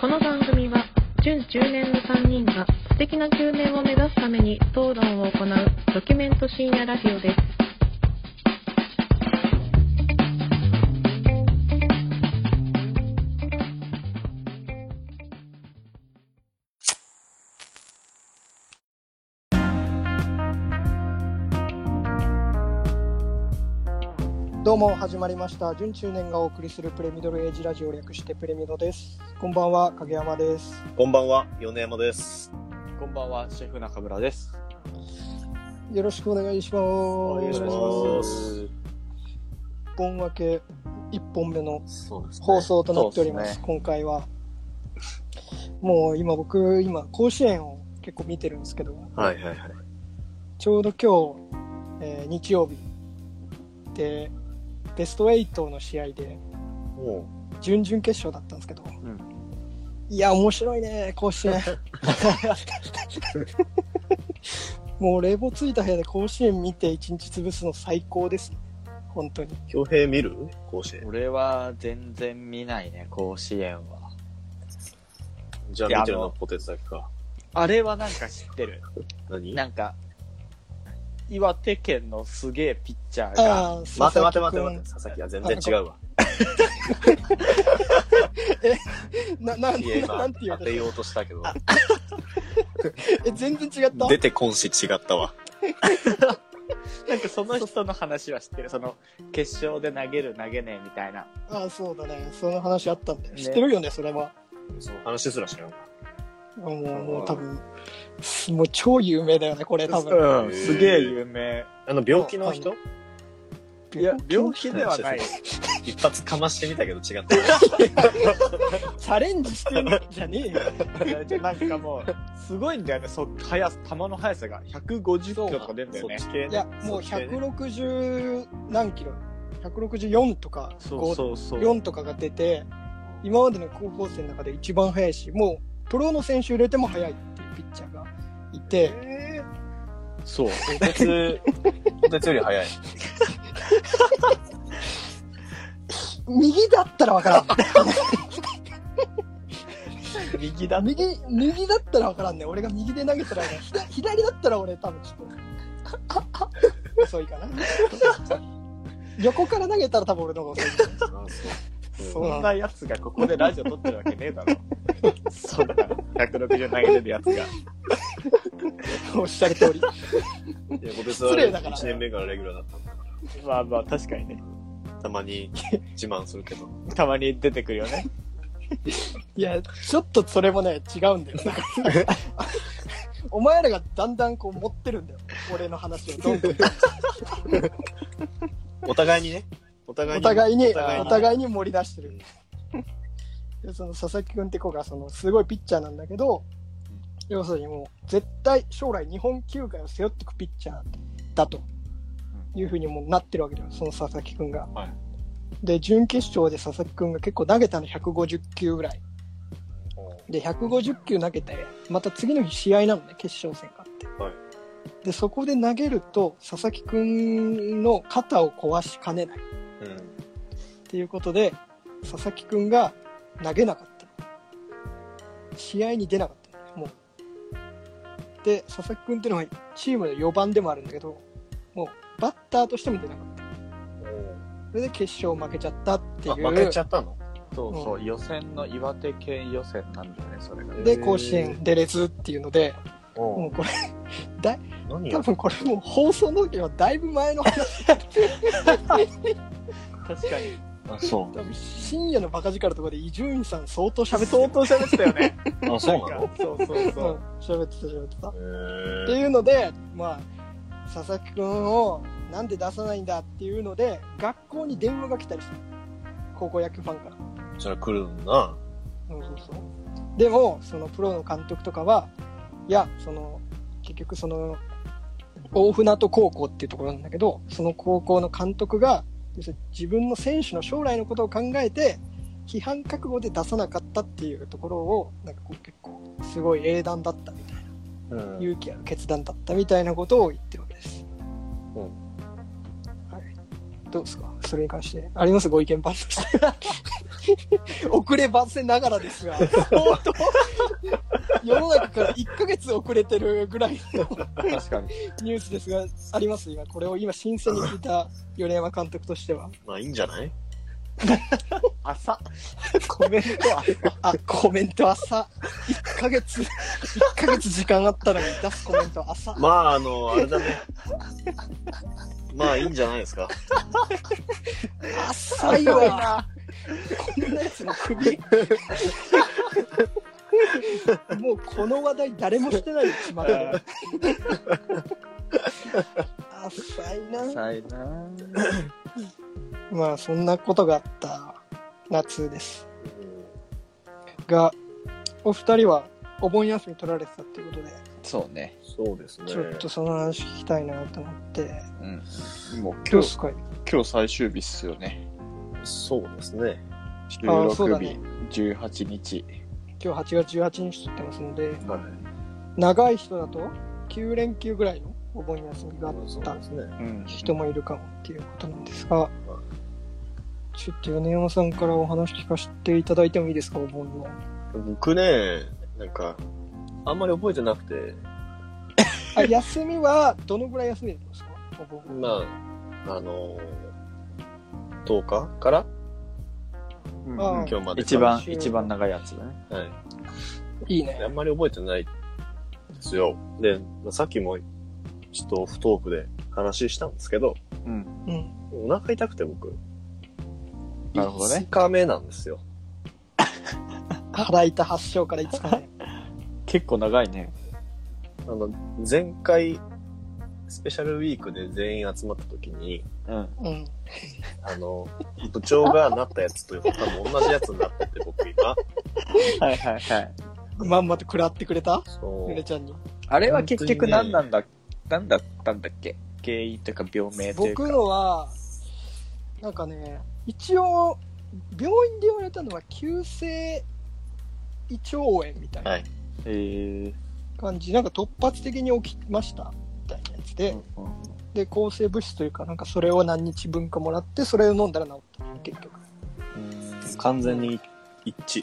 この番組は準10年の3人が素敵な9年を目指すために討論を行うドキュメント深夜ラジオです。どうも始まりました準中年がお送りするプレミドルエイジラジオ略してプレミドですこんばんは影山ですこんばんは、米山です。こんばんは、シェフ中村です。よろしくお願いしますお願いします一本分け一本目のそうです、ね。放送となっておりますそう今回はもう今僕今甲子園を結構見てるんですけどはいはいはい。ちょうど今日、えー日曜日でベスト8の試合でおう準々決勝だったんですけど、んいや面白いね甲子 園もう冷房ついた部屋で甲子園見て一日潰すの最高ですね本当に恭平見る甲子ですね園。俺は全然見ないね、甲子園は。じゃあ見てるのはポテツだけか。あれはなんか知ってる。何なんか、岩手県のすげえピッチャーが、ああ待て待て待て待て、佐々木は全然違うわ。てななないや、今なんて言う当のてようとしたけど、え全然違った出て今し違ったわ。なんかその人の話は知ってる。その、決勝で投げる投げねえみたいな。ああそうだねその話あったんだよ、ね知ってるよねそれはそう話すら知らん。もうもう多分もう超有名だよねこれ多分うんすげえ有名。あの、病気の人いや、病気ではない。一発かましてみたけど違った。チャレンジしてんじゃね えよなんかもう、すごいんだよね、そ速さ、球の速さが。150キロとか出るんだよね。そっち系ねいや、もうそっち系ね160何キロ ?164 とかそうそうそう。 4とかが出て、今までの高校生の中で一番速いし、もうプロの選手入れても速いっていうピッチャーがいて、そう。ポテツ、ポテツより 早い。右だったらわからん。右だね。右、右だったらわからんね。俺が右で投げたらわからん、左左だったら俺多分ちょっと、遅いかな。横から投げたら多分俺の方が遅い。あそうそうそなんんだ。なやつがここでラジオ撮ってるわけねえだろ。 そんな160投げてるやつが。おっしゃる通り。いや、ポテツ失礼だからは1年目からレギュラーだったんだから。まあまあ、確かにね。たまに自慢するけど。たまに出てくるよね。いや、ちょっとそれもね、違うんだよ。なんかお前らがだんだんこう持ってるんだよ。俺の話 をどんどん。お互いにね。お互おいに。互いに、お互いおに互いに盛り出して る。でその佐々木君って子がそのすごいピッチャーなんだけど、要するにもう絶対将来日本球界を背負ってくピッチャーだというふうにもうなってるわけだよ、その佐々木君が。はいで、準決勝で佐々木君が結構投げたの150球ぐらい。で150球投げてまた次の日試合なのね決勝戦があって、はいでそこで投げると佐々木君の肩を壊しかねないっうん。ていうことで佐々木君が投げなかった試合に出なかったのねもうで佐々木君っていうのはチームの4番でもあるんだけどもうバッターとしても出なかったそれで決勝負けちゃったっていあう負けちゃったのそうそそうう。予選の岩手県予選なんだよね、それが。で甲子園出れずっていうのでもうこれ何多や分これもう放送の時はだいぶ前の話確かに。あ、そ多分深夜のバカ力とかで伊集院さん相当喋ってた相よ当喋ってたよ ね。う。あ、そうななのんかそうそうそうう。ん喋ってた喋ってたっへてーいうのでまあ佐々木君をなんで出さないんだっていうので学校に電話が来たりした高校野球ファンからそれ来るんな。そうそうそうでもそのプロの監督とかはいやその結局その大船渡高校っていうところなんだけどその高校の監督が要するに自分の選手の将来のことを考えて批判覚悟で出さなかったっていうところをなんかこう結構すごい英断だったみたいなう勇気ある決断だったみたいなことを言ってるわけです。うんはい、どうですかそれに関してありますご意見番として 遅ればせながらですが、本当世の中から1ヶ月遅れてるぐらいの確かに。ニュースですが、あります、今。これを今、新鮮に聞いた米山監督として は。まあいいんじゃない朝。コメント朝。あ、コメント朝。1ヶ月、1ヶ月時間あったのに出すコメント朝。まああの、あれだね。 まあいいんじゃないですか。浅いわ。こんなやつの首。もうこの話題誰もしてないよ、巷で。浅いな。さいなまあそんなことがあった夏ですがお二人はお盆休み取られてたっていうことでそうね。そうですねちょっとその話聞きたいなと思ってうん。もう今今日日、今日最終日っすよね。そうですね。収あそうだ録日ね、 18日。今日8月18日撮ってますのではい。長い人だと9連休ぐらいのお盆休みがあったそうですね。うん。人もいるかもっていうことなんですがちょっと米山さんからお話聞かせていただいてもいいですかお盆の僕ね、なんか、あんまり覚えてなくて、あ休みはどのぐらい休みだったんですかお盆まあ、あの10日から、うんあー今日まで。一番、一番長いやつだね。はい。いいでねあんまり覚えてないんですよ。で、まあさっきも、ちょっとオフトークで話したんですけど、うん。うんお腹痛くて僕、なるほどね5日目なんですよ。働いた発症からいつかね結構長いね。あの、前回、スペシャルウィークで全員集まった時に、うん。うんあの、部長がなったやつと多分同じやつになってて、僕今。はいはい はい。まんまと食らってくれたそゆめう。ちゃんに。あれは結局何なんだ、何だったんだっけ原因というか病名というか。僕のは、なんかね、一応、病院で言われたのは、急性胃腸炎みたいなはい。えー感じ、なんか突発的に起きましたみたいなやつで、で、抗生物質というか、なんかそれを何日分かもらって、それを飲んだら治った、結局。完全に一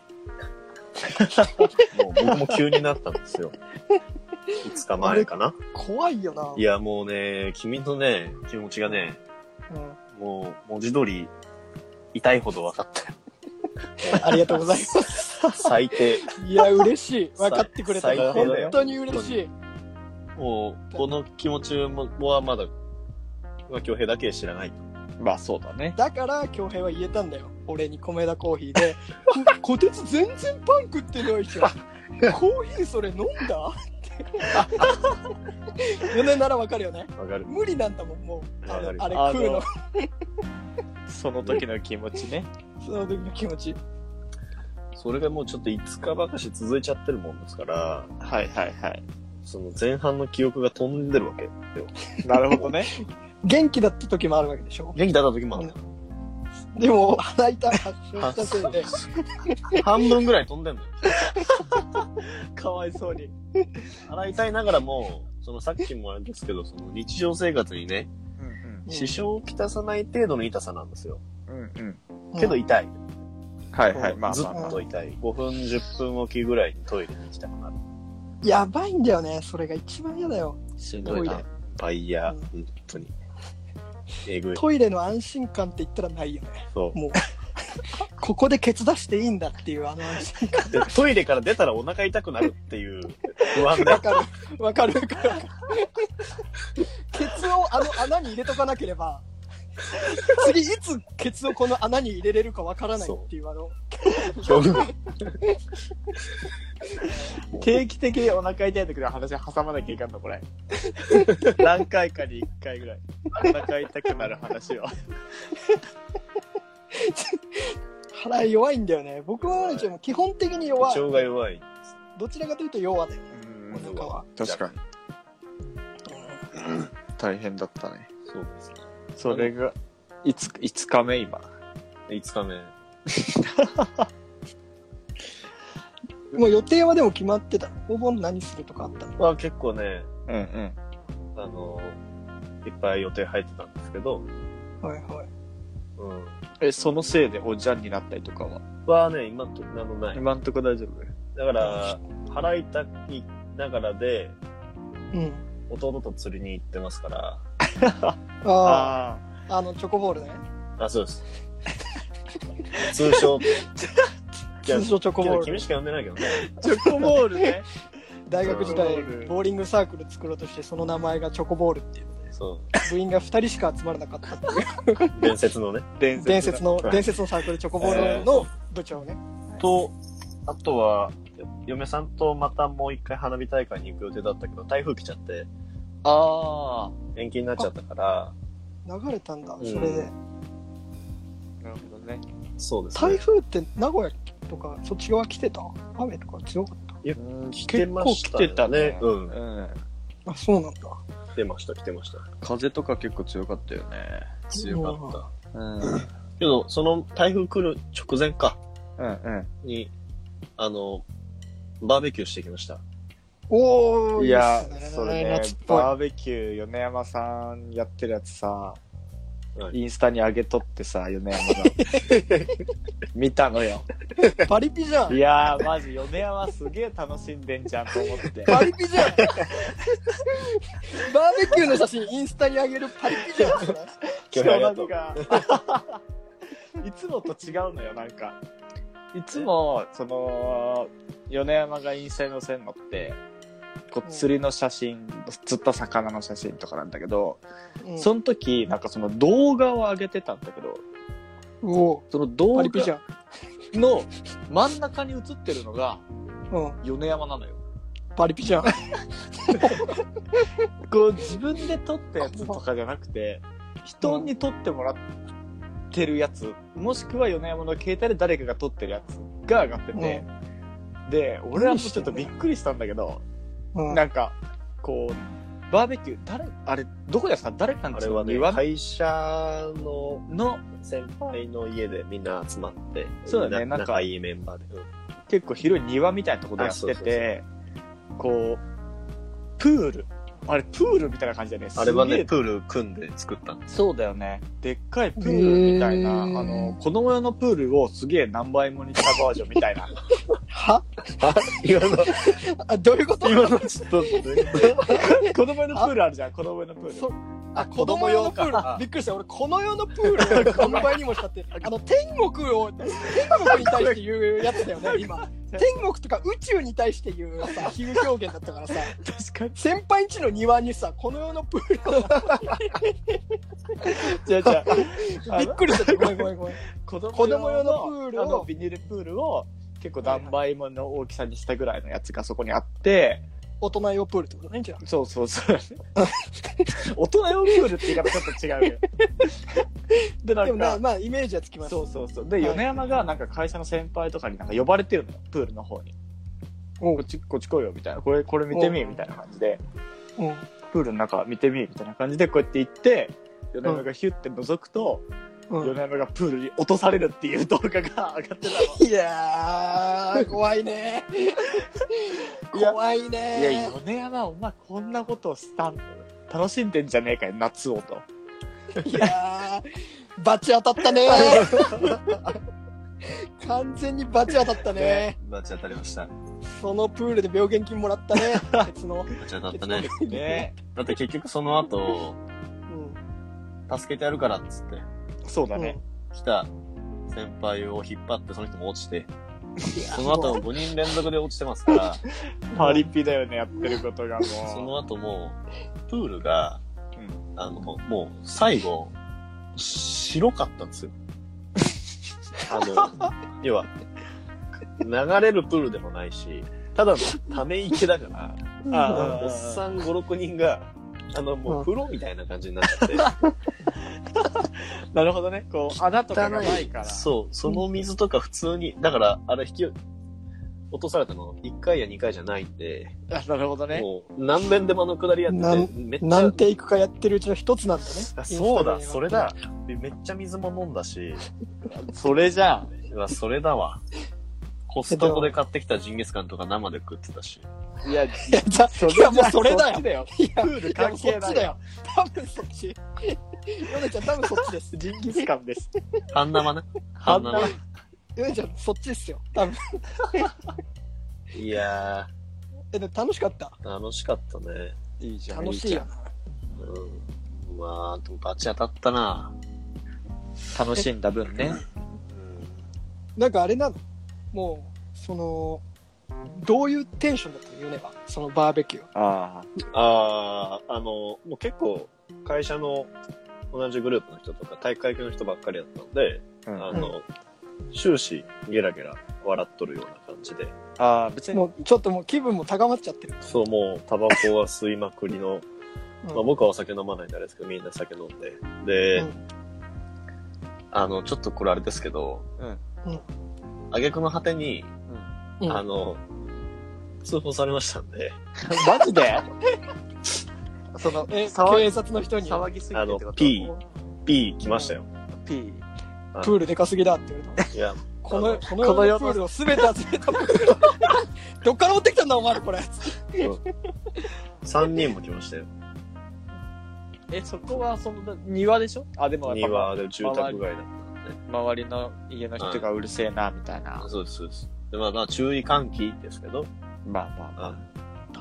致。 もう僕も急になったんですよ。5日前かな。怖いよな。いや、もうね、君のね、気持ちがね、うんもう文字通り痛いほど分かったよ。ありがとうございます。 最低。いや、嬉しい。分かってくれた最ら、高だよ本当に嬉しい。もう、この気持ちもはまだ、まあ、京平だけ知らない。まあそうだね。だから恭平は言えたんだよ俺に米田コーヒーで「ここ てつ全然パン食ってないじゃ んコーヒーそれ飲んだ?」って4年ならわかるよねわかる。無理なんだもんもうあれわかあれあ食うののその時の気持ちね。その時の気持ちそれがもうちょっと5日ばかし続いちゃってるもんですから、はいはいはい。その前半の記憶が飛んでるわけよ。なるほどね。元気だった時もあるわけでしょ元気だった時もあるのでも鼻痛い発症したせいでよ。半分ぐらい飛んでんのよ。 かわいそうに。洗いたいながらも、そのさっきもあれですけど、その日常生活にね、うん支障をきたさない程度の痛さなんですよ。うん。うんうん。けど痛い。はいはい。まあずまあまっと痛い。5分、10分おきぐらいにトイレに行きたくなる。やばいんだよねそれが一番嫌だよしんどいなバイヤー、うん本当に。えぐい。トイレの安心感って言ったらないよねそう。もうここでケツ出していいんだっていうあの安心感で、トイレから出たらお腹痛くなるっていう不安わ だ。かる。わかる。ケツをあの穴に入れとかなければ、次いつケツをこの穴に入れれるかわからないっていうあの、あ。定期的にお腹痛い時の話挟まなきゃいかんの、これ。 何回かに1回ぐらい。お腹痛くなる話を。腹弱いんだよね。僕はねちょっと基本的に弱胃い。腸が弱い。どちらかというと弱だよね、うんお腹は。確かに。大変だったね。そうですね。それが、いつ、5日目今。 5日目。もう予定はでも決まってた。お盆何するとかあったのは結構ね、うんうん。あの、いっぱい予定入ってたんですけど、はいはい。うん。え、そのせいでおじゃんになったりとかは。はね、今んとこなんもない。今んとこ大丈夫。だから、腹痛いながらで、うん。弟と釣りに行ってますから。あああ、あの、チョコボールね。あ、そうです。通称。いや通称チョコけボどール君。しか呼んでないけどね。あ。チョコボールね。大学時チ代ョコボール、ボーリングサークル作ろうとして、その名前がチョコボールっていう。そ部員が2人しか集まらなかったっていう。う。伝説のね。 伝説。伝説の、はい伝説のサークルチョコボールの部長ね。と、あとは、嫁さんとまたもう一回花火大会に行く予定だったけど、台風来ちゃって、あ延期になっちゃったから、流れたんだ、んそれで。あ。なるほどね。そうです台ね。風って名古屋とか、そっち側来てた雨とか強かっ来てましたね結構来てたね。うんん。た。あ、そうなんだ。来てました、来てました。風とか結構強かったよね。強かった。うん。うんけど、その台風来る直前か、うん。に、あの、バーベキューしてきました。おー、いやっすね、それね夏っ、ぽい。バーベキュー、米山さんやってるやつさ、はいインスタに上げとってさ、米山が。見たのよ。パリピじゃいん。やー、マジ、米山すげえ楽しんでんじゃんと思 って。パリピじゃん。バーベキューの写真、インスタに上げるパリピじゃん。それ今日ありがと人並みう。が いつもと違うのよ、なんか。いつも、その、米山がインスタに載せんのって、こう釣りの写真、釣った魚の写真とかなんだけど、うん その時、なんかその動画を上げてたんだけど、おーその動パ画リピじゃん。の真ん中に映ってるのがうん。米山なのよ。パリピ じゃん。こう自分で撮ったやつとかじゃなくて、人に撮ってもらってるやつ、もしくは米山の携帯で誰かが撮ってるやつが上がってて、で、俺はもうちょっとびっくりしたんだけど、うんなんか、こう、バーベキュー、誰、あれ、どこやさ、誰かのあれはね、庭会社のの先輩の家でみんな集まって、そうだねみななんか仲いいメンバーで。うん結構広い庭みたいなところでやっあてそうそうて、こう、プール。あれ、プールみたいな感じだね。あれはすげね、えプール組んで作ったんです。そうだよね。でっかいプールみたいな、へあーの、子供用のプールをすげえ何倍もにしたバージョンみたいな。は今の、あ、どういうこと今のちょっと、 子供用のプールあるじゃん、子供用のプーそル。あ、子供用のプール。びっくりした。俺、この世のプ ールを何倍にもしたって。あの、天国を、天国に対して言うやつだよね、今。天国とか宇宙に対して言うさ、比喩表現だったからさ、確かに。先輩んちの庭にさ、この世のプールを、 じゃあじゃ あ、びっくりした。ごめんごめんごめん。子子供用のプールをあのビニールプールを結構何倍もの大きさにしたぐらいのやつがそこにあって、大人用プールってことね、じゃあ。そうそう そう。大人用プールって言い方ちょっと違うよ。で、なでもんまあか、まあ、イメージはつきます。そうそうそう。で、はい米山がなんか会社の先輩とかになんか呼ばれてるのよ、プールの方に。おこっち、こっち来いよ、みたいな。これ、これ見てみ、みたいな感じで。うん。プールの中見てみ、みたいな感じでこうやって行って、米山がヒュッて覗くと、うん米山がプールに落とされるっていう動画が上がってたの。いやー、怖いね。いや怖いいや、ね。米山、お前こんなことをしたん楽しんでんじゃねえかよ、夏をと。いやー、バチ当たったね。 完全にバチ当たったね。バチ当たりました。そのプールで病原菌もらったね。別の。バチ当たったね。ねだって結局その後、うん。助けてやるからっつって、そうだね。来た先輩を引っ張って、その人も落ちて、その後5人連続で落ちてますから、パリピだよね、やってることがそもの後もう、プールが、あの、もう最後、白かった んですよ。あの、要は、流れるプールでもないし、ただのため池だから、う。ああのおっさん5、6人が、あの、うもうん風呂みたいな感じになっちゃって、なるほどね。こう、穴とかが汚ないから。そう、その水とか普通に、だから、あれ引き、落とされたの1回や2回じゃないんで、あなるほどね。もう何遍でもあの下りやってなんて、めっちゃ何、テイクかやってるうちの一つなんだね。 あそうだ、インスタでそれだ。でめっちゃ水も飲んだし、それじゃん。うわそれだわ。コストコで買ってきたジンギスカンとか生で食ってたし。いや、いやざそいやもうそれだよっちだよ。いや プールいやもう関そ係っなちいだ。よ多分そっちヨネちゃん多分そっちです ジンギスカンです。半生ね。あ半んな生。ヨネちゃんそっちですよ多分いやえでも楽しかったー、楽しかったね。いいじゃん。楽しいよいなうん。まあ、でもバチ当たったな。じゃん楽しんだ分ね。うんなんかあれなのもうそのどういうテンションだったのヨネはそのバーベキューはああ。ああ、あの、もう結構、会社の同じグループの人とか、体育会系の人ばっかりだったんで、うんあの、終始ゲラゲラ笑っとるような感じで、ああ、別 にもうちょっともう気分も高まっちゃってる、そう、もう、タバコは吸いまくりの、うんまあ僕はお酒飲まないんであれですけど、みんな酒飲んで。で、うんあの、ちょっとこれあれですけど、うんうん挙句の果てに、うんあの、通報されましたんで、マ ジでその、え騒警ぎ察の人に騒ぎすぎてあってのこ、と P、P 来ましたよ。 P。プールでかすぎだって言われ たいや、このこのこの世の世のプールを全て集めたプ ールどっから持ってきたんだお前らこれ3人も来ましたよ。え、そこはその庭でしょあ、でもやっぱ庭で住宅街だっ周りの家の人がうるせえな、みたいた。な。そうです、そうです。で、まあ、まあ、注意喚起ですけど、まあまあま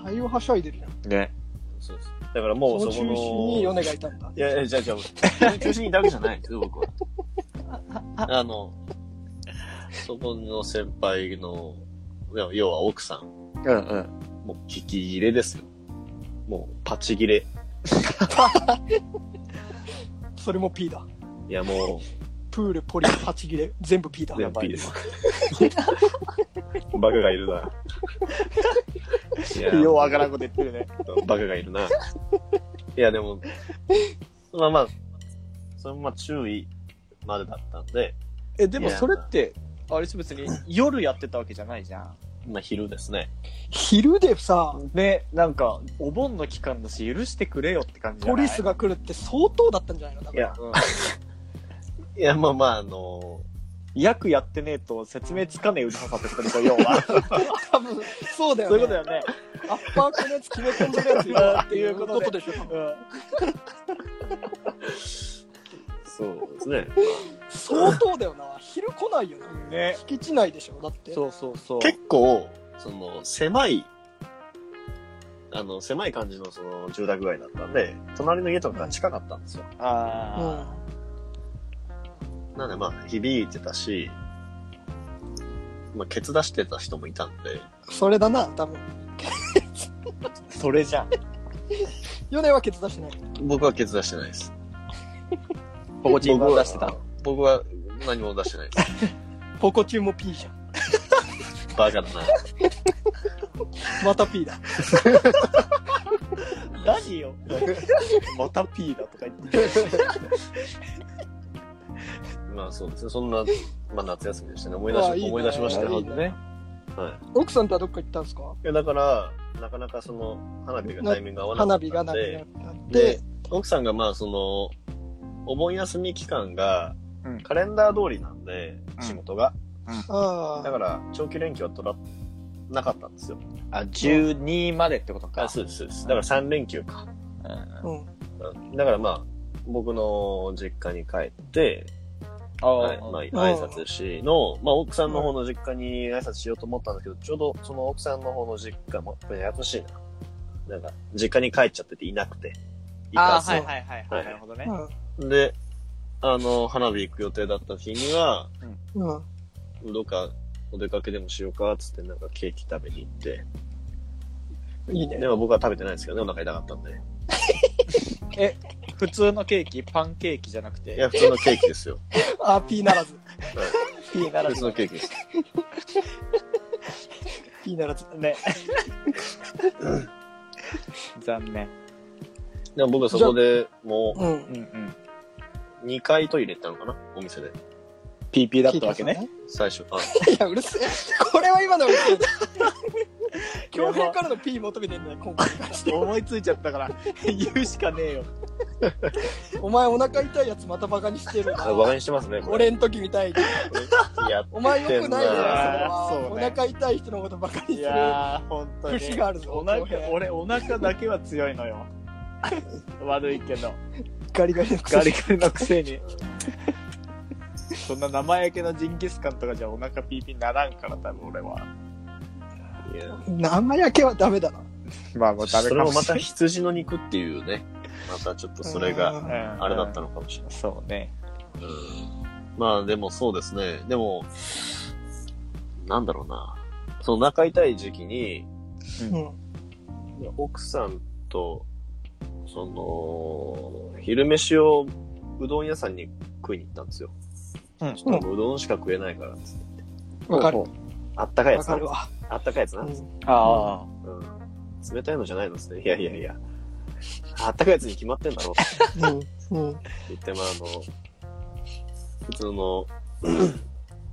あ対応はしゃいでるじゃんね。そうです。だからもうそその中こ心の、にヨネがいたんだいやいや、じゃあ、じゃあ、中心にいたわけじゃないですよ、僕 は。あの、そこの先輩の、いや要は奥さん、うんうん。もう聞き切れですよ。もう、パチ切れ。それも P だいや、もプールポリパチ切れ全部 P だう、全部 P です。 バカがいるな。いやようわからんこと言ってるね。バカがいるな。いや、でも、まあまあ、それもまあ注意までだったんで、え、 でもそれって、あれし別に夜やってたわけじゃないじゃん。まあ昼ですね。昼でさね、なんか、お盆の期間だし許してくれよって感じじゃポないリスが来るって相当だったんじゃないのだいからや、うんいや、まあまあ、あの役やってねえと説明つかねえうるささってことでしょ、要 は。多分そうだよそうねいうことだよね。アッパークのやつ決め込んでるやついるわっていうことでしょう。そうですね。相当だよな昼来ないよなんね。敷地内でしょだってそうそうそう。結構、その、狭い、あの、狭い感じのその住宅街だったんで、隣の家とかが近かったんですよ。あなんでまあ、響いてたし、まあ、ケツ出してた人もいたんで、うん、それだな多分あ、それじゃん。ヨネはケツ出してない僕はケツ出してないです。ポコチンは出してた。僕は何も出してないです。ポコチンも P じゃんバ カだな。また P だ何よ。 また P だとか言って。まあそうですね。そんな、まあ夏休みでしたね。思い出ああいいし、ね思い出しましたいいよ。ねはい奥さんとはどっか行ったんですかいや。だから、なかなかその、花火がタイミングが合わな花か火っがたなんくで、なってで、奥さんがまあその、お盆休み期間がうん、カレンダー通りなんで、うん仕事が。あだあから、長期連休は取らなかったんですよ。あ、12までってことか。あ、そうです、そうです。だから3連休か。うんうんうんだからまあ、僕の実家に帰って、ああはい、まあ、挨拶しの、まあ、奥さんの方の実家に挨拶しようと思ったんですけど、ちょうどその奥さんの方の実家も、これややこしいな。なんか、実家に帰っちゃってていなくて。いあかあ、ずはいはいはいはい。なるほどね。で、あの、花火行く予定だった日には、うんうんどっかお出かけでもしようか、つってなんかケーキ食べに行って。いいねでも僕は食べてないんですけどね、お腹痛かったんで。普通のケーキ、パンケーキじゃなくて。いや、普通のケーキです よ。あ P ならず P な普通のケーキです。 P ならずね。残念。でも僕はそこでもうんうんうん。う2回トイレ行ったのかなお店で。 PP だったわけね。最初。あいや、うるせえ。これは今のうる せえ。強兵からの P 求めてんだよ、今回。思いついちゃったから、 言うしかねえよ。お前お腹痛いやつまたバカにしてるなあ、。馬鹿にしてますね、これ。俺ん時みたいに。いやっお前よくないよ、それそうは。おね腹痛い人のことばかりいする。やー、本当に。節があるぞお腹これ、俺、お腹だけは強いの よ。悪いけど。ガリガリのくせガにリガリのくせに。そんな生焼けのジンギスカンとかじゃお腹ピーピーならんから、多分俺は。いや生焼けはダメだな。まあもうダそメかれももましたれない。羊の肉っていうね、またちょっとそれが、うん。うんあれだったのかもしれない。そうね。うんまあでもそうですね。でも、なんだろうな。その仲痛い時期に、うん奥さんと、その、昼飯をうどん屋さんに食いに行ったんですよ。うんちょっとうどんしか食えないからっつって、わかる。あったかいやわつかなる。わ。あったかいやつな。うんあうん。冷たいのじゃないのですね。いやいやいや。あったかいやつに決まってんだろうってうん。うん。言って、まああの、普通の、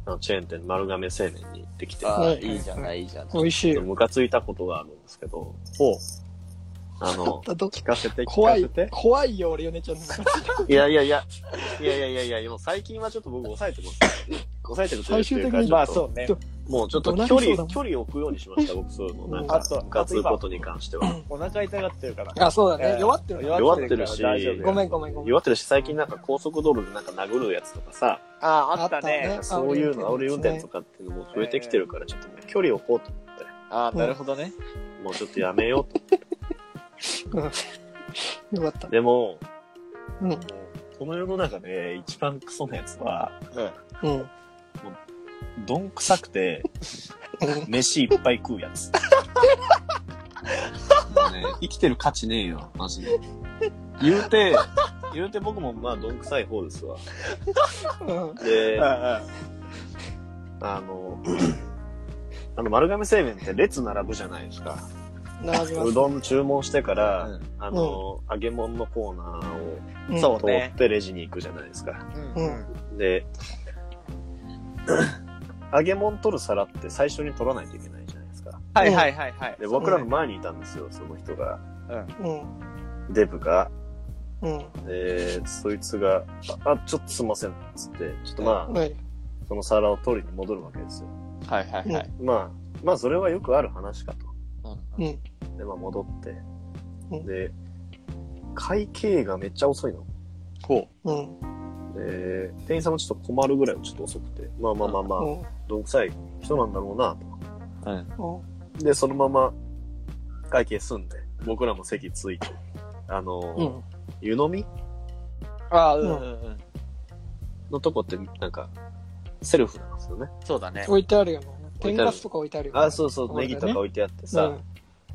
あのチェーン店丸亀製麺に行ってきて。あ。ああ、ねいいじゃない、いいじゃない。美味しいよ。ムカついたことがあるんですけど、ほう。あの、だと聞かせて、聞怖かせいて。。怖いよ、俺、ヨネちゃんの話。いやいやいや、いやいやいやいや、でも最近はちょっと僕抑えてます。抑えてるという最終的というに。かまあそうね。もうちょっと怒鳴り距そう離だ、もん距離を置くようにしました、僕、そういうの。なんかあと、ムあカつとくこ今、とに関しては。お腹痛がってるから。 あ、そうだえーね。弱ってるわ。弱ってるし大丈夫ごめん、ごめん、ごめん。弱ってるし、最近なんか高速道路でなんか殴るやつとかさ、ああ、ああっったたねね。そういうの、煽煽りり運運転転とかっていうのも増えてきてるから、ちょっとね距離を置こうと思って、ああ、なるほどね。もうちょっとやめようと。よかった。でも、うんもうこの世の中で一番クソなやつは、うん。うんどんくさくて、飯いっぱい食うやつ。ね、生きてる価値ねえよ、マジで。言うて、言うて僕もまあどんくさい方ですわ。うん。で、ああの、 あの丸亀製麺って列並ぶじゃないですか。並びまうす。どん注文してから、うんあの、揚げ物のコーナうーんをそう通ねってレジに行くじゃないですか。あ。うんううんん。で、 揚げ物取る皿って最初に取らないといけないじゃないですか。はいはいはいはい。で、僕らの前にいたんですよ、その人が。うん。デブが、うん。えー、そいつが、あ、あちょっとすいません、つって、ちょっとまあ、はい。その皿を取りに戻るわけですよ。はいはいはい。まあ、まあ、それはよくある話かう。うんと。で、まあ、戻っうて。んで、会計がめっちゃ遅いの。ほうん。で、店員さんもちょっと困るぐらいちょっと遅くて、まあまあまあまうあ、ん。どんくさい人なんだろうな、う。うん。と。で、そのまま会計済んで、僕らも席ついて、あの、うん。湯飲みああ、うんうんうん。のとこって、なんか、セルフなんですよね。そうだね。置いてあるよね。置天いてあるかすとか置いてあるよね。あ、そうそうそ、うだネよねギとか置いてあってさ、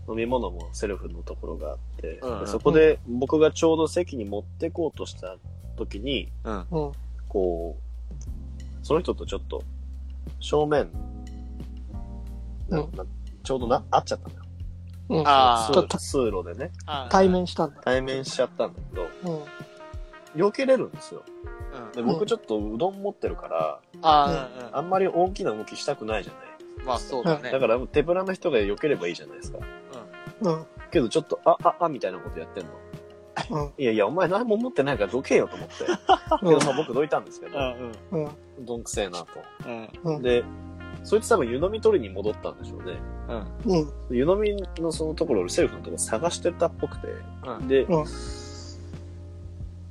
飲み物もセルフのところがあって、うんうんでそこで僕がちょうど席に持ってこうとした時に、うん。うん。うん。こう、その人とちょっと正面、なうんなちょうどな、会っちゃったのよ。うん。あちょ通っと通路でね、あ対。面したんだ。対面しちゃったんだけど、うん。避けれるんですよ。で、う僕んちょっとうどん持ってるから、あああ、んまり大きな動きしたくないじゃない。うん。まあそうだね。だから手ぶらの人が避ければいいじゃないですか。うん。けどちょっと、あ、あ、あ、みたいなことやってんの。うん。いやいや、お前何も持ってないからどけよと思って。けどまあ僕どいたんですけど、うんうん。うん。どんくせえなと。うん。うん。で、そいつ多分湯飲み取りに戻ったんでしょうね。うん。うん。湯飲みのそのところ、セルフのところ探してたっぽくて。うんで、うん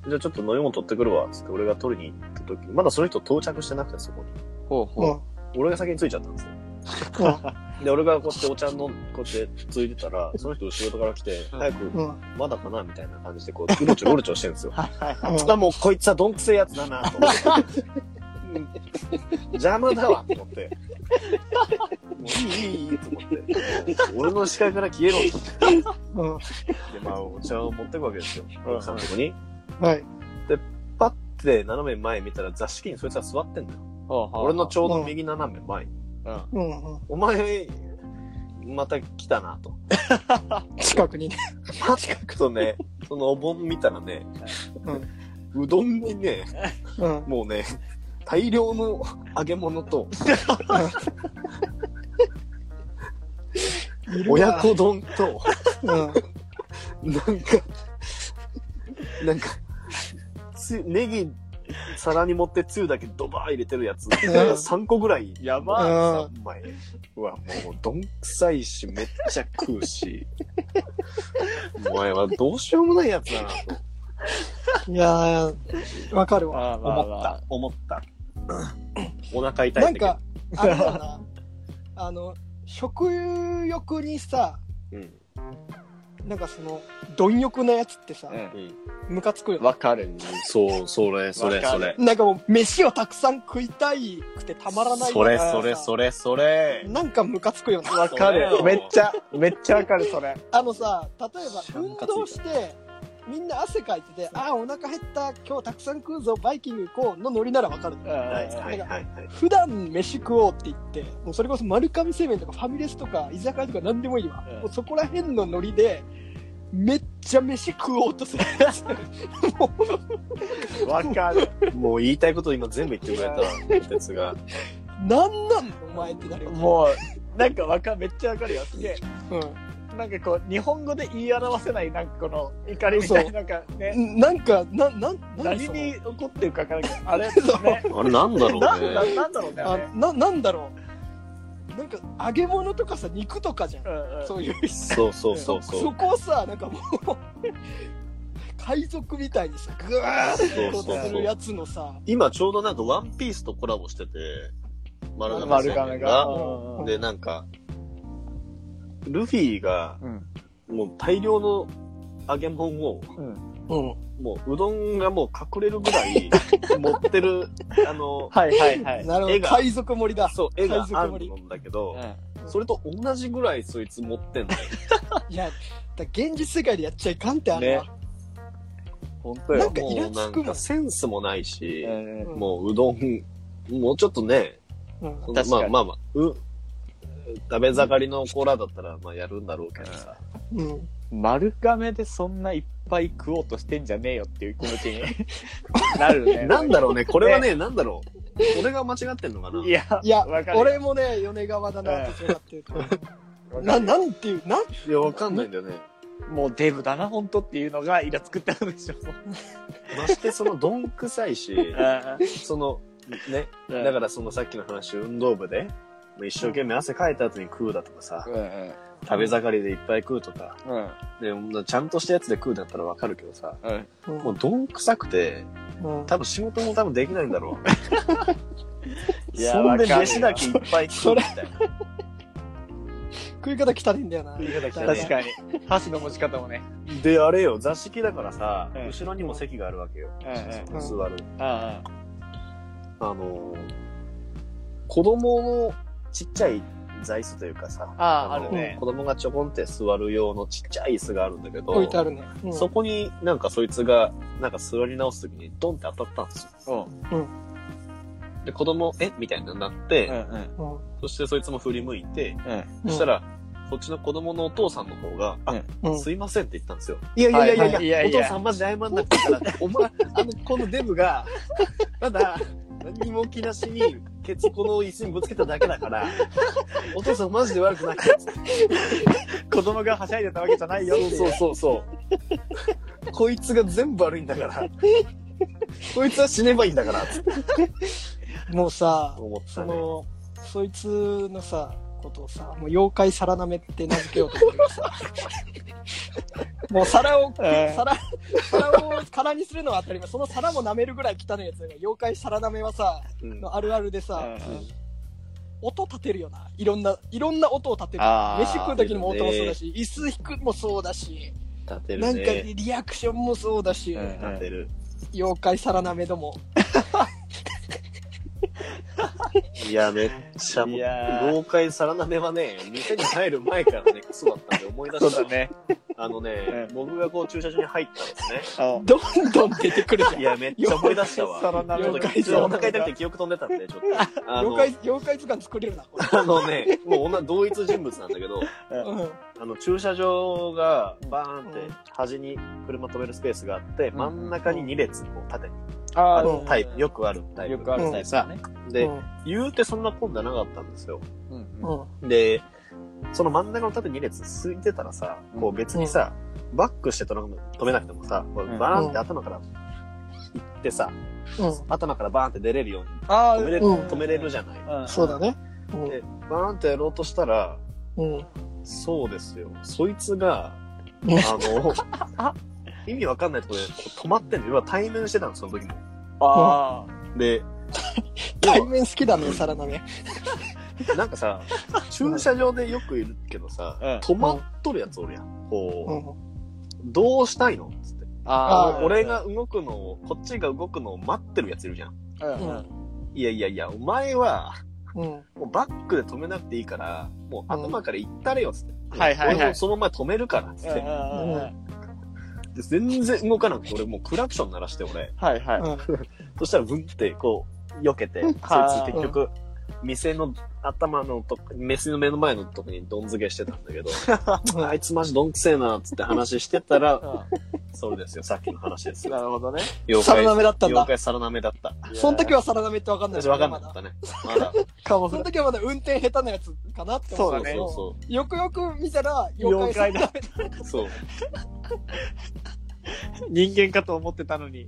じゃあちょっと飲み物取ってくるわ、つって俺が取りに行った時、まだその人到着してなくてそこに。ほううほう。ん。俺が先に着いちゃったんですよ。で、俺がこうやってお茶飲んこうやってついてたら、その人後ろから来て、うん早く、うん。まだかなみたいな感じで、こう、うろちょろうろちょろしてるんですよ。はいはあもうこいつはどんくせえやつだなと思 って。うん邪魔だわと思って。もういいいいいいと思って。俺の視界から消えろと思うん。って、まあお茶を持ってくわけですよ。うん奥さんのとこに。はい。パッて斜め前見たら座敷にそいつは座ってんだよ。ほうほう。俺のちょうど右斜め前に。うん。うん。お前、また来たなと。近くにね。パッてくとね、そのお盆見たらね、うどんにね、うん。もうね、大量の揚げ物と、親子丼と、うん。なんか、なんか、つネギ皿に持ってつゆだけドバー入れてるやつ、ん3個ぐらい。やば3枚。うわ、もう、どんくさいし、めっちゃ食うし。お前はどうしようもないやつだな、といやー、わかるわ。あーまあま思っあた。思った。お腹痛ないんんだか、あれだな。あの、食欲にさ、けど。うん。なんかその、貪欲なやつってさ、うムカつくようんね。わかる。ん。そう、それ、それ、わかそるれ。なんかもう、飯をたくさん食いたいくてたまらないそれ、それ、それ。れ、それ。なんかムカつくよね。わかそうだよる。めっちゃ、めっちゃわかる、それ。あのさ、例えば知らん運かついた動して、みんな汗かいてて、ああ、お腹減った、今日たくさん食うぞ、バイキング行こうのノリならわかる。はい、はい、はい。はい普段飯食おうって言って、もうそれこそ丸亀製麺とかファミレスとか居酒屋とか何でもいいわ。うんもうそこら辺のノリで、めっちゃ飯食おうとする。もうわかる。もう言いたいこと今全部言ってくれた、哲が。なんなんだお前ってなるよ。もう、なんかわかる、めっちゃわかるよ。すげえ。うなんかこう、日本語で言い表せない、なんかこの怒りみたいな、なんかね、ん。なんか、な、なん、なん何に怒ってるかわからないけど、あれ、そうね、あれ、なんだろうなんね。だなんだろうね、ああれ。な、なんだろう。なんか揚げ物とかさ、肉とかじゃんう。んうんそういう。そうそうそうそう。そこをさ、なんかもう、海賊みたいにさ、ぐわーっそとうそうそうするやつのさ、今ちょうどなんかワンピースとコラボしてて、丸亀丸製亀麺が。が。うんで、なんか、ルフィがうん。もう大量の揚げ物を、うん。うん。もううどんがもう隠れるぐらい持ってる、 あの、はいはいはい。なるほど絵。が海賊盛りだ。そう、絵が海あ賊盛るりんだけど、うそれと同じぐらいそいつ持ってんのよ。いや、だから現実世界でやっちゃいかんってあれは。ねん。本当なよん。かイラもうつくもなんんかセンスもないし、うんうんもううどん、もうちょっとね、うんその確かにまあまあまあ、う、食べ盛りの子らだったら、まあやるんだろうけどさ。うん。丸亀でそんないっぱい食おうとしてんじゃねえよっていう気持ちに なる ね。なんだろうね、これはね、なんだろう。俺が間違ってんのかないや、いやわか、るよ俺もね、米川だなって違ってると思う。な、ななんていう、なん、いや、わかんないんだよね。もうデブだな、本当っていうのがイラつくってあるでしょ。まして、その、どんくさい し、その、ね、だからそのさっきの話、運動部で、一生懸命汗かいた後に食うだとかさ、うんうん食べ盛りでいっぱい食うとか、うんで、ちゃんとしたやつで食うだったらわかるけどさ、うんもうどんくさくて、うん多分仕事も多分できないんだろう。 いやそんでわかるよ飯だけいっぱい食うみたいな。食い方汚いんだよな。食い方汚い確かに。箸の持ち方もね。で、あれよ、座敷だからさ、うん後ろにも席があるわけよ。うんうんそこ座る。ああのー、子供のちっちゃい座椅子というかさ、あー、あのるね。子供がちょこんって座る用のちっちゃい椅子があるんだけど、置いてあるね。うんそこになんかそいつが、なんか座り直すときにドンって当たったんですよ。うんで、子供、えみたいになって、うんうんうんそしてそいつも振り向いて、うん。うんそしたら、こっちの子供のお父さんの方が、あ、うんすいませんって言ったんですよ。いやいやいやいや、はいはいお父さんマジ謝んなくていいから、お 前、あの、このデブが、ただ、何も気なしに、ケツこの椅子にぶつけただけだから、お父さんマジで悪くないよ。子供がはしゃいでたわけじゃないよっていう。そうそうそう。こいつが全部悪いんだから。こいつは死ねばいいんだから、ってもうさ、思っそたね。の、そいつのさ、ことをさ、もう妖怪サラナメって名付けようと思ってさ。 もう皿を、えー皿、皿を空にするのは当たり前。その皿も舐めるぐらい汚いやつだから、妖怪サラナメはさ、うんのあるあるでさ、うんうん音立てるよな。いろんな、いろんな音を立てる。あー飯食う時にも音もそうだし、椅子引くもそうだし、立てなるんかね。リアクションもそうだし、うん立てる。妖怪サラナメども。いや、めっちゃもう、いやー豪快サラダメはね、店に入る前からね、クソだったんで思い出した。そうだね。あのえねえ、僕がこう駐車場に入ったんですうんどんどん出てくるじゃね。んい。や、めっちゃ思い出したわ。さらなちるょっ妖怪とちょっとお腹痛くてい記憶飛んでたんで、ちょっと。 あの妖怪、妖怪図鑑作れるな、これ。あのね、もう女同一人物なんだけど、うん。あの、駐車場がバーンって端に車止めるスペースがあって、うん真ん中に2列、こう、縦に。ああーのうんタイプ、よくあるタイプ。よくあるタイプさだね。でう、ん言うてそんな混んでなかったんですよ。うんうんうんで、その真ん中の縦2列空いてたらさ、こう別にさ、バックして止めなくてもさ、こうバーンって頭から行ってさ、う頭からバーンって出れるようにあ止めれる,、うん止めれるじゃない。ん。そうだね。ね。で、バーンってやろうとしたら、うん。うん。そうですよ。そいつが、あうんの、意味わかんないところで止まってんの。要は対面してたの、その時も。あで、対面好きだね、サラダね。なんかさ、駐車場でよくいるけどさ、うん止まっとるやつおるやん。こうう、ん。どうしたいのつって。あ。ああ。俺が動くのを、こっちが動くのを待ってるやついるじゃん。うん。ううんん。いやいやいや、お前は、うん。もうバックで止めなくていいから、もう頭から行ったれよ、つって。はいはいはい俺もその前止めるから、つって。うんうんで全然動かなくて、俺もうクラクション鳴らして、俺。はいはい。そしたら、ブンって、こう、避けて、そいつはい結局、店の頭のとこ、飯の目の前のとこにどん付けしてたんだけど、 あいつマジどんくせえな、つって話してたら、そうですよ、さっきの話ですうんよ。なるほどね。妖サラダ怪、メだったん妖だ。怪サラダメだった。その時は、はサラダメってわかんない。私わかんなまかっだ。たね。まだ。顔その時はまだ運転下手なやつかなってそう思だっねたけそどうそよくよく見たら、妖怪妖怪だサラダメう。そう。人間かと思ってたのに、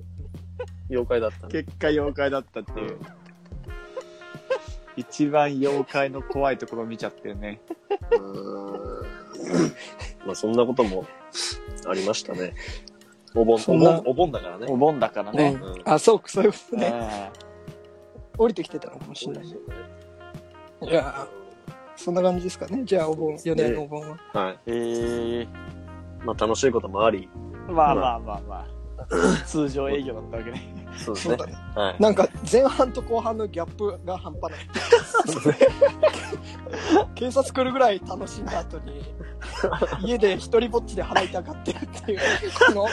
妖怪だったね。結果妖怪だったっていう。一番妖怪の怖いところ見ちゃってるね。うーんまあ、そんなこともありましたね。お盆、そおんな盆、お盆だからね。お盆だからね。うんあ、そう、そういうことね。ね降りてきてたのかもしれない。いやーそんな感じですかね。じゃあ、お盆、4年のお盆は。はい。えーまあ、楽しいこともあり、まあまあまあまあ。通常営業だったわけね。そうですそうねだ。ね。はい。なんか、前半と後半のギャップが半端ない。警察来るぐらい楽しんだ後に、家で一人ぼっちで腹痛がってるっていう、こ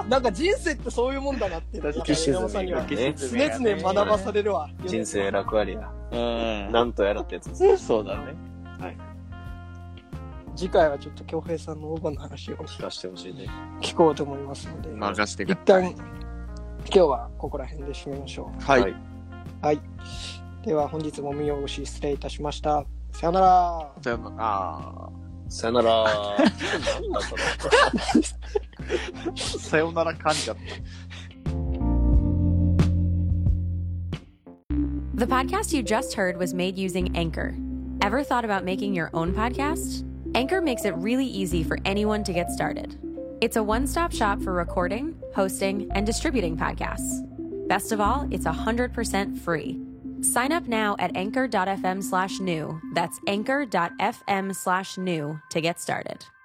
の、なんか人生ってそういうもんだなって、確かに山本さんには浮き常沈みがね々学ばされるわ。人生楽ありだ。うんなんとやらってやつですね。そうだね。次回はちょっと恭平さんのオーバーの話を聞かせてほしいね。聞こうと思いますので、して一旦、今日はここら辺で締めましょははいい。う。はい。では、本日も見よし失礼いたしました。さよなら。さよなら。さよなら。 なんだそれ。さよなら噛んじゃった。 The podcast you just heard was made using Anchor. Ever thought about making your own podcast? Anchor makes it really easy for anyone to get started. It's a one stop shop for recording, hosting, and distributing podcasts. Best of all, it's 100% free. Sign up now at anchor.fm slash new. That's anchor.fm slash new to get started.